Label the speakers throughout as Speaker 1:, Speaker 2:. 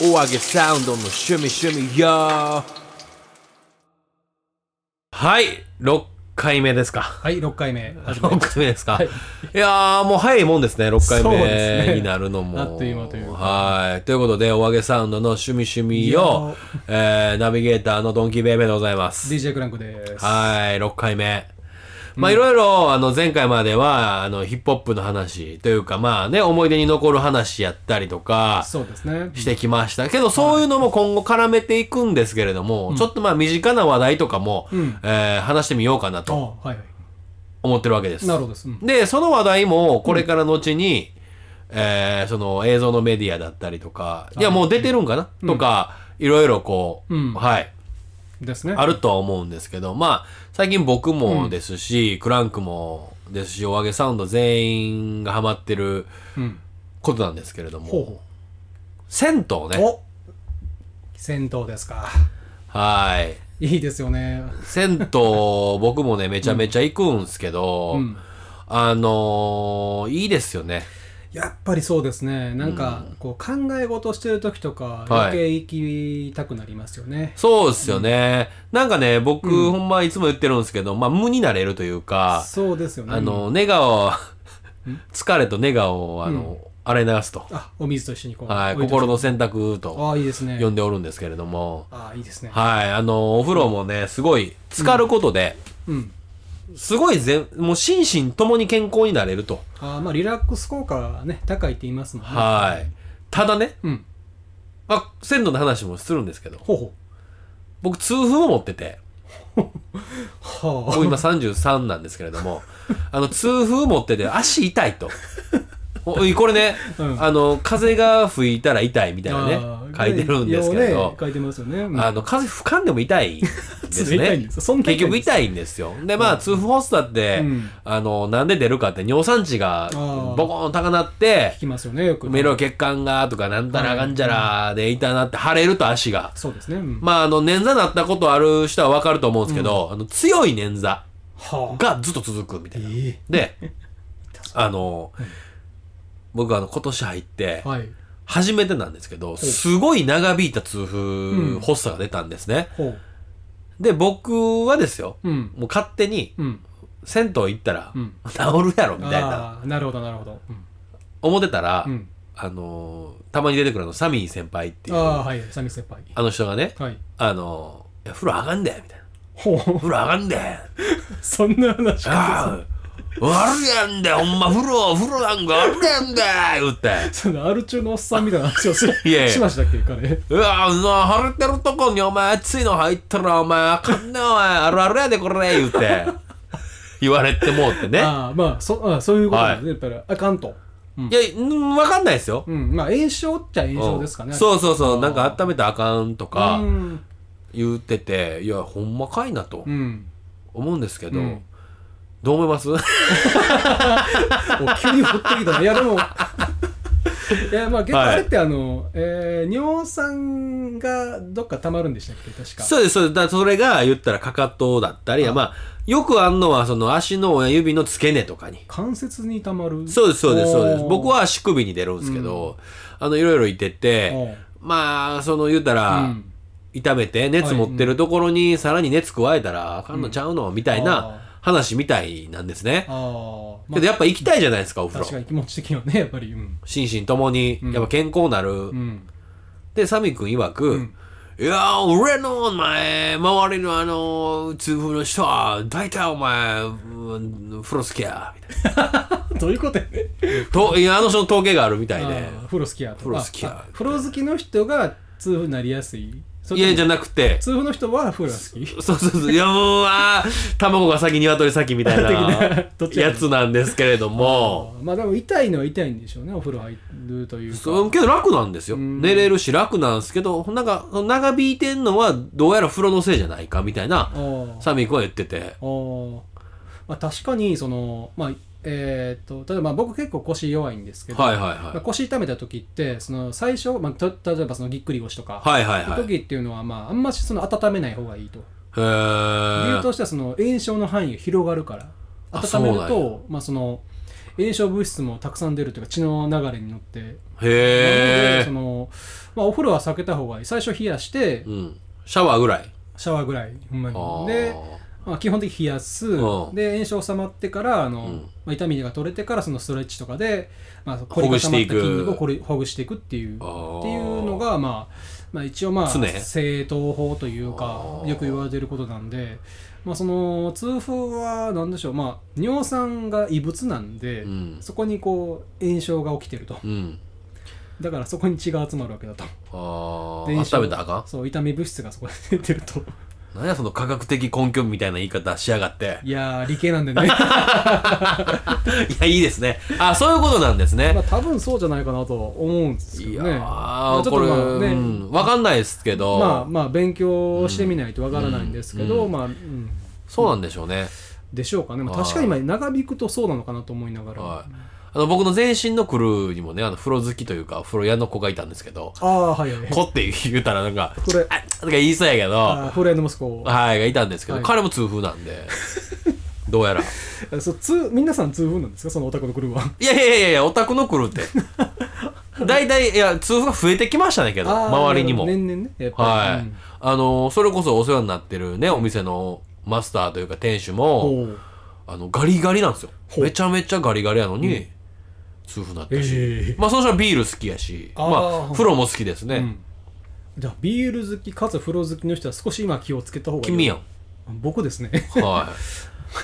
Speaker 1: お揚げサウンドの趣味趣味よはい6回目です か
Speaker 2: はい、6回目。
Speaker 1: 6回目ですか、
Speaker 2: はい
Speaker 1: い、やーもう早いもんですね6回
Speaker 2: そうです
Speaker 1: 目
Speaker 2: ね
Speaker 1: になるのも、
Speaker 2: あっという間というか
Speaker 1: はいということでお揚げサウンドの趣味趣味を、えー、ナビゲーターのドンキーベイベーでございます
Speaker 2: DJ クランクです。
Speaker 1: はい、6回目。まあ、いろいろ、あの、前回までは、あの、ヒップホップの話というか、まあね、思い出に残る話やったりとか、
Speaker 2: そうですね。
Speaker 1: してきましたけど、そういうのも今後絡めていくんですけれども、ちょっとまあ身近な話題とかも、
Speaker 2: うん
Speaker 1: えー話してみようかな
Speaker 2: あ
Speaker 1: と
Speaker 2: はいはい。
Speaker 1: 思ってるわけです。
Speaker 2: なるほどです。うん
Speaker 1: で、その話題も、これから後に、えーその映像のメディアだったりとか、いや、もう出てるんかな、とか、いろいろこう、
Speaker 2: うん
Speaker 1: はい、
Speaker 2: ですね。
Speaker 1: あるとは思うんですけど、まあ、最近僕もですし、クランクもですし、お揚げサウンド全員がハマってる
Speaker 2: うん。
Speaker 1: ことなんですけれども、
Speaker 2: ほうほ
Speaker 1: 銭湯
Speaker 2: う。
Speaker 1: ね。
Speaker 2: お銭湯ですか。
Speaker 1: はい。
Speaker 2: いいですよね。
Speaker 1: 銭湯、僕もね、めちゃめちゃ行くんすけど、
Speaker 2: うん。
Speaker 1: あのーいいですよね。
Speaker 2: やっぱりそうですね。なんか、こう、考え事してる時とか、余計行きたくなりますよね。
Speaker 1: そうですよね。なんかね、僕、
Speaker 2: うん
Speaker 1: ほんまいつも言ってるんですけど、まあ、無になれるというか、
Speaker 2: そうですよね。
Speaker 1: あの、ネガを
Speaker 2: うん、
Speaker 1: 疲れとネガを、あの、洗い流すと。
Speaker 2: あ、お水と一緒にこう。
Speaker 1: はい、
Speaker 2: お湯と一緒
Speaker 1: 心
Speaker 2: に
Speaker 1: の選択と。
Speaker 2: ああ、いいですね。
Speaker 1: 呼んでおるんですけれども、
Speaker 2: ああ、いいですね。
Speaker 1: はい、あの、お風呂もね、すごい、浸かることで、
Speaker 2: うん。
Speaker 1: すごい全、もう心身ともに健康になれると。
Speaker 2: ああ、まあ、リラックス効果がね、高いって言いますもんね。
Speaker 1: はい。ただね、
Speaker 2: うん。
Speaker 1: まあ、鮮度の話もするんですけど、
Speaker 2: ほうほう。
Speaker 1: 僕、痛風を持って て、
Speaker 2: はあ。
Speaker 1: 僕今33なんですけれど も、あの、痛風持ってて足痛いと。おいこれね、
Speaker 2: うん
Speaker 1: あの、風が吹いたら痛いみたいなね
Speaker 2: あ、ー
Speaker 1: 書いてるんですけれ
Speaker 2: よう
Speaker 1: ど
Speaker 2: ね、書いてますよね。うん
Speaker 1: あの、風吹かんでも痛いです
Speaker 2: 常に痛いん
Speaker 1: ね
Speaker 2: で。すそんな
Speaker 1: 結局
Speaker 2: い。
Speaker 1: 痛いんですよ。で、まあ、痛風発作って、
Speaker 2: うん
Speaker 1: あの、なんで出るかって、尿酸値が
Speaker 2: ー
Speaker 1: ボコーン高なって
Speaker 2: 聞、きますよね、よく。
Speaker 1: 目の血管が、とか、なんたらかんじゃらで痛なって、腫れると足が。
Speaker 2: そうですね。うん
Speaker 1: まあ、あの、捻挫なったことある人はわかると思うんですけど、あの、強い捻挫
Speaker 2: はあ。
Speaker 1: がずっと続くみたいな。
Speaker 2: え
Speaker 1: で、あの、僕あの、今年入って
Speaker 2: え。、はい。
Speaker 1: 初めてなんですけど、すごい長引いた痛風発作が出たんですね。
Speaker 2: ほう。
Speaker 1: で、僕はですよ、
Speaker 2: うん。
Speaker 1: もう勝手に、
Speaker 2: うん。
Speaker 1: 銭湯行ったら、
Speaker 2: うん
Speaker 1: 治るやろみたいな
Speaker 2: あーなるほど、なるほど。うん
Speaker 1: 思ってたら、
Speaker 2: うん。
Speaker 1: あのーたまに出てくるあのサミー先輩っていう
Speaker 2: あ
Speaker 1: あ
Speaker 2: あ、はい。サミ先輩。
Speaker 1: の人がね
Speaker 2: はい。
Speaker 1: 「あのーいや風呂上がんで」みたいな
Speaker 2: ほ
Speaker 1: 「
Speaker 2: う。
Speaker 1: 風呂上がんで」
Speaker 2: そんな話
Speaker 1: ああ悪やんでほんま風呂風呂なんか悪やんで」言って。
Speaker 2: そのアル中のおっさんみたいな話をし
Speaker 1: いやいや
Speaker 2: しましたっけ、彼。
Speaker 1: うわな晴れてるとこにお前熱いの入ったらお前あかんねお前あるあるやでこれ言うて言われてもうってね
Speaker 2: ああ、まあ、そあそういうことなんですね。やっぱり、あかんと。
Speaker 1: いやうんわかんないですよ、
Speaker 2: うん。まあ、炎症っちゃ炎症ですか
Speaker 1: う
Speaker 2: ね。
Speaker 1: んそうそう
Speaker 2: あ
Speaker 1: そう
Speaker 2: ー
Speaker 1: なんか温めたらあかんとか
Speaker 2: うん。
Speaker 1: 言ってていやほんまかいなと
Speaker 2: うん。
Speaker 1: 思うんですけど、
Speaker 2: うん
Speaker 1: どう思います
Speaker 2: お急に振ってきたねいや でもいやまあ結構
Speaker 1: はい
Speaker 2: あれってあの、えー尿酸がどっか溜まるんでしたっけ確か
Speaker 1: そうですそうですだからそれが言ったらかかとだったり
Speaker 2: あ
Speaker 1: まあよくあんのはその足の親指の付け根とかに
Speaker 2: 関節に溜まる
Speaker 1: そうですそうですそうです
Speaker 2: おー
Speaker 1: 僕は足首に出るんですけど、あのいろいろいてて
Speaker 2: おう
Speaker 1: まあその言った
Speaker 2: う
Speaker 1: ら、
Speaker 2: ん
Speaker 1: 炒めて熱持ってるところにさらに熱加えたらあかんのちゃうのみたい
Speaker 2: あー
Speaker 1: な話みたいなんですね
Speaker 2: あ。あま
Speaker 1: け
Speaker 2: あ
Speaker 1: どやっぱ行きたいじゃないですか、お風
Speaker 2: 確か
Speaker 1: 呂。
Speaker 2: に気持ち的にはねやっぱりうん
Speaker 1: 心身ともに、
Speaker 2: うん
Speaker 1: やっぱ健康なる
Speaker 2: う。ん
Speaker 1: で、サミ君曰
Speaker 2: う
Speaker 1: く
Speaker 2: ん、
Speaker 1: いやー、俺のお前、周りのあの、痛風の人は、大体お前、うん風呂好きや、みたい
Speaker 2: どういうことやね
Speaker 1: な。と、いや、あの人の統計があるみたいで。
Speaker 2: あー風呂好きやと
Speaker 1: 風呂好きや
Speaker 2: ああ風呂好きの人が痛風になりやすいそ
Speaker 1: いや、
Speaker 2: れ
Speaker 1: じ
Speaker 2: と
Speaker 1: ゃ
Speaker 2: も
Speaker 1: なくて、
Speaker 2: 痛風の人は風呂が好き
Speaker 1: そうそうそう。いや、もう、あー卵が先、鶏先みたい
Speaker 2: 的な
Speaker 1: な
Speaker 2: どっちや
Speaker 1: や
Speaker 2: ろ
Speaker 1: つなんですけれども。
Speaker 2: あーまあでも痛いのは痛いんでしょうねお風呂入るというか
Speaker 1: そうけど楽なんですよ
Speaker 2: うん
Speaker 1: 寝れるし楽なんですけどなんか長引いてんのはどうやら風呂のせいじゃないかみたいな
Speaker 2: あー
Speaker 1: サミー君は言ってて
Speaker 2: あーまあ、確かにその、まあえー、と例えばまあ僕結構腰弱いんですけど、
Speaker 1: はいはい
Speaker 2: まあ、
Speaker 1: は
Speaker 2: 腰痛めた時ってその最初、まあ、と例えばそのぎっくり腰とか、
Speaker 1: いはいはいはい
Speaker 2: 時っていうのは、まあ、あんましその温めない方がいいと、理由
Speaker 1: へ
Speaker 2: としてはその炎症の範囲が広がるから
Speaker 1: あ
Speaker 2: 温める
Speaker 1: そう
Speaker 2: とまあ、その炎症物質もたくさん出るというか血の流れに乗ってなので
Speaker 1: へ
Speaker 2: そ
Speaker 1: え、
Speaker 2: の、まあ、お風呂は避けた方がいい最初冷やして
Speaker 1: うん、シャワーぐらい
Speaker 2: シャワーぐらいほんま
Speaker 1: あ
Speaker 2: に
Speaker 1: ー
Speaker 2: で、まあ、基本的に冷やす、
Speaker 1: うん
Speaker 2: で炎症収まってからあの、
Speaker 1: うん
Speaker 2: まあ、痛みが取れてからそのストレッチとかで、まあ、凝
Speaker 1: ほぐしていく
Speaker 2: り固まった筋肉をこりほぐしていくっていう
Speaker 1: あー
Speaker 2: っていうのが、まあ、まあ一応まあ
Speaker 1: 常
Speaker 2: 正当法というか
Speaker 1: あー
Speaker 2: よく言われてることなんで、まあ、その痛風は何でしょう、まあ、尿酸が異物なんで、
Speaker 1: うん
Speaker 2: そこにこう炎症が起きてると
Speaker 1: うん
Speaker 2: だからそこに血が集まるわけだと
Speaker 1: あ
Speaker 2: で
Speaker 1: ー
Speaker 2: 炎症
Speaker 1: 温めたらあかん
Speaker 2: そう痛み物質がそこで出てると
Speaker 1: 何やその科学的根拠みたいな言い方しやがって
Speaker 2: いやー理系なんでね
Speaker 1: いやいいですねあそういうことなんですね
Speaker 2: まあ多分そうじゃないかなと思うんですけ
Speaker 1: い
Speaker 2: ど
Speaker 1: や
Speaker 2: ね
Speaker 1: ー、
Speaker 2: まあちょっ
Speaker 1: ことれ、
Speaker 2: まあね、
Speaker 1: うん、分かんないですけど、
Speaker 2: まあまあ勉強してみないとわからないんですけど、
Speaker 1: うん
Speaker 2: まあ、うん、
Speaker 1: そうなんでしょうね、
Speaker 2: でしょうかね、まあ、
Speaker 1: はい
Speaker 2: 確かに今長引くとそうなのかなと思いながら、
Speaker 1: はい、あの僕の全身のクルーにもねあの風呂好きというか風呂屋の子がいたんですけど
Speaker 2: ああはいは
Speaker 1: 「
Speaker 2: い
Speaker 1: 子」って言うたらなんか「
Speaker 2: これ
Speaker 1: あとか言いそうやけど
Speaker 2: あフレーの息子
Speaker 1: はいがいたんですけど、
Speaker 2: はい
Speaker 1: 彼も痛風なんでどうやら
Speaker 2: そう通皆さん痛風なんですかそのお宅のクルーは
Speaker 1: いやいやいやいやオタクのクルー って大体いや痛風が増えてきましたねけど
Speaker 2: あー
Speaker 1: 周りにも、
Speaker 2: 年々ねやっぱ
Speaker 1: はい、
Speaker 2: り、うん
Speaker 1: あのそれこそお世話になってるねお店のマスターというか店主も
Speaker 2: ほう
Speaker 1: あのガリガリなんですよ
Speaker 2: ほう
Speaker 1: めちゃめちゃガリガリやのに、痛風になっ
Speaker 2: え
Speaker 1: たし、
Speaker 2: え
Speaker 1: まあその人はビール好きやし
Speaker 2: あー
Speaker 1: まあ風呂も好きですね、
Speaker 2: うんじゃあビール好きかつ風呂好きの人は少し今気をつけた方がいい
Speaker 1: 君やん
Speaker 2: 僕ですね
Speaker 1: は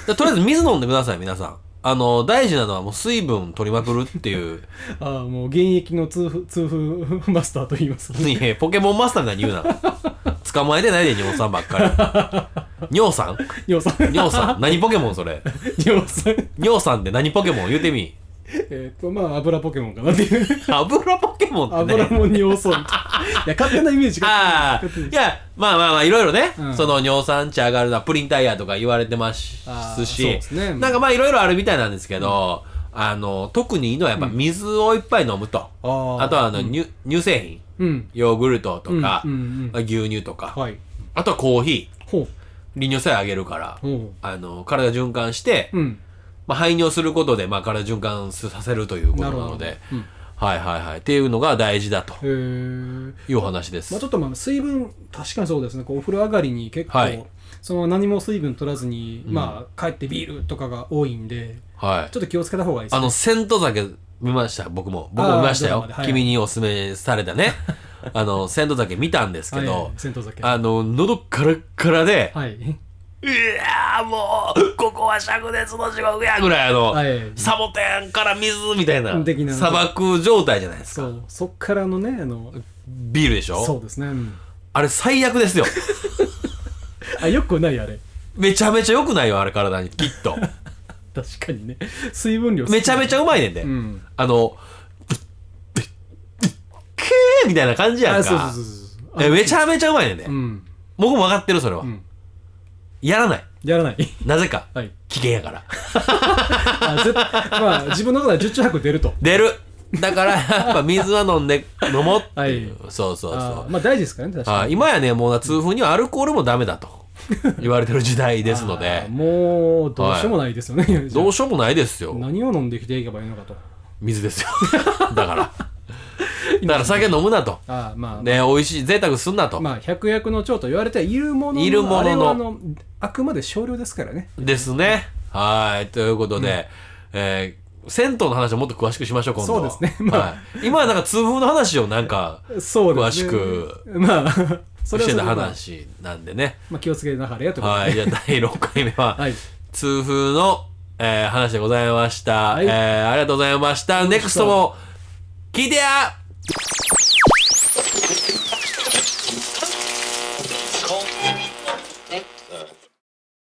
Speaker 1: いでとりあえず水飲んでください皆さんあの大事なのはもう水分取りまくるっていう
Speaker 2: ああもう現役の痛風痛風マスターと言います
Speaker 1: いやポケモンマスターみたいに言うな捕まえてないで尿さんばっかり尿さん
Speaker 2: 尿酸
Speaker 1: 尿さん何ポケモンそれ
Speaker 2: 尿酸
Speaker 1: 尿さんって何ポケモン言うて み
Speaker 2: えっとまあ油ポケモンかなっていう
Speaker 1: 油ポケモンって
Speaker 2: 油
Speaker 1: ね
Speaker 2: も尿酸いや勝手なイメージが
Speaker 1: ああいやまあまあまあいろいろね、
Speaker 2: うん
Speaker 1: その尿酸値上がるなプリンタイヤとか言われてます
Speaker 2: あー
Speaker 1: し
Speaker 2: そうですね
Speaker 1: なんかまあいろいろあるみたいなんですけど、あの特にいいのはやっぱ水をいっぱい飲むと、
Speaker 2: あー
Speaker 1: あとはあの、乳乳製品
Speaker 2: うん
Speaker 1: ヨーグルトとか、
Speaker 2: うんうん
Speaker 1: 牛乳とか、
Speaker 2: はい
Speaker 1: あとはコーヒー
Speaker 2: ほう
Speaker 1: 利尿さえあげるから、
Speaker 2: ほ
Speaker 1: あの体循環して、
Speaker 2: ううん
Speaker 1: まあ、排尿することで、まあ、体循環させるということなの
Speaker 2: な
Speaker 1: で
Speaker 2: るほどうん
Speaker 1: はいはいはいっていうのが大事だと
Speaker 2: へえ
Speaker 1: いうお話です、
Speaker 2: まあ、ちょっとまあ水分、確かにそうですね、こうお風呂上がりに結構、
Speaker 1: はい
Speaker 2: その何も水分取らずに、まあ、帰ってビールとかが多いんで、
Speaker 1: はい
Speaker 2: ちょっと気をつけた方がいいです
Speaker 1: あ
Speaker 2: ね。
Speaker 1: のセント酒見ました僕も僕も見ました
Speaker 2: あードラマ
Speaker 1: よ、
Speaker 2: ではい
Speaker 1: 君におすすめされたねあのセント酒見たんですけど、
Speaker 2: はいはい銭湯酒。は
Speaker 1: あの喉カラッカラで、
Speaker 2: い。
Speaker 1: いやーもうここは灼熱の地獄やぐらいあの、
Speaker 2: はい
Speaker 1: サボテンから水みたいな
Speaker 2: 的な
Speaker 1: 砂漠状態じゃないです
Speaker 2: そ
Speaker 1: か
Speaker 2: う、そっからのね、あの、
Speaker 1: ビールでし
Speaker 2: そ
Speaker 1: ょ
Speaker 2: うですね。うん
Speaker 1: あれ最悪ですよ
Speaker 2: あ、よくない、あれ。
Speaker 1: めちゃめちゃ良くないよあれ体にきっと
Speaker 2: 確かにね。水分量
Speaker 1: めちゃめ
Speaker 2: ち
Speaker 1: ちゃうまいねんで、
Speaker 2: うん。
Speaker 1: あのけーみたいな感じや
Speaker 2: あ、
Speaker 1: ん
Speaker 2: そう
Speaker 1: か
Speaker 2: そうそうそう。あ
Speaker 1: えめちゃめちゃうまいねんで、
Speaker 2: うん。
Speaker 1: 僕も分かってるそれは、
Speaker 2: ん
Speaker 1: やらない
Speaker 2: やらない。
Speaker 1: なぜか
Speaker 2: はい。
Speaker 1: 危険やから
Speaker 2: あぜまあ、自分のことは十中八出ると。
Speaker 1: 出るだ からやっぱ水は飲んで飲もうっていう、
Speaker 2: は
Speaker 1: そうそうそう
Speaker 2: あまあ、大事ですからね、確かに。
Speaker 1: あ今やねもう痛風にはアルコールもダメだと 言われてる時代ですの
Speaker 2: あ
Speaker 1: で
Speaker 2: もう、どうしようもないですよね。 じゃあ
Speaker 1: どうしようもないですよ
Speaker 2: 何を飲んできていけばいいのかと。
Speaker 1: 水ですよ だ からだから酒飲むなと
Speaker 2: ああまあ、
Speaker 1: ね美味しい贅沢すんなと、
Speaker 2: まあ百薬の長と言われてはいるものの
Speaker 1: いるものの
Speaker 2: あれはあのあくまで少量ですからね
Speaker 1: ですねはいということで、えー銭湯の話をもっと詳しくしましょう今度は
Speaker 2: そうですねま あ
Speaker 1: はい、今はなんか痛風の話をなんか
Speaker 2: そうで
Speaker 1: 詳
Speaker 2: す
Speaker 1: し
Speaker 2: ね
Speaker 1: く
Speaker 2: まあ それ
Speaker 1: して
Speaker 2: はそれ
Speaker 1: た
Speaker 2: でまあ
Speaker 1: 話なんでね
Speaker 2: まあ、気をつけながらやということで
Speaker 1: はいじゃあ第6回目は、
Speaker 2: はい
Speaker 1: 痛風の、えー話でございました、
Speaker 2: はい
Speaker 1: えーありがとうございました。ネクストも聞いてや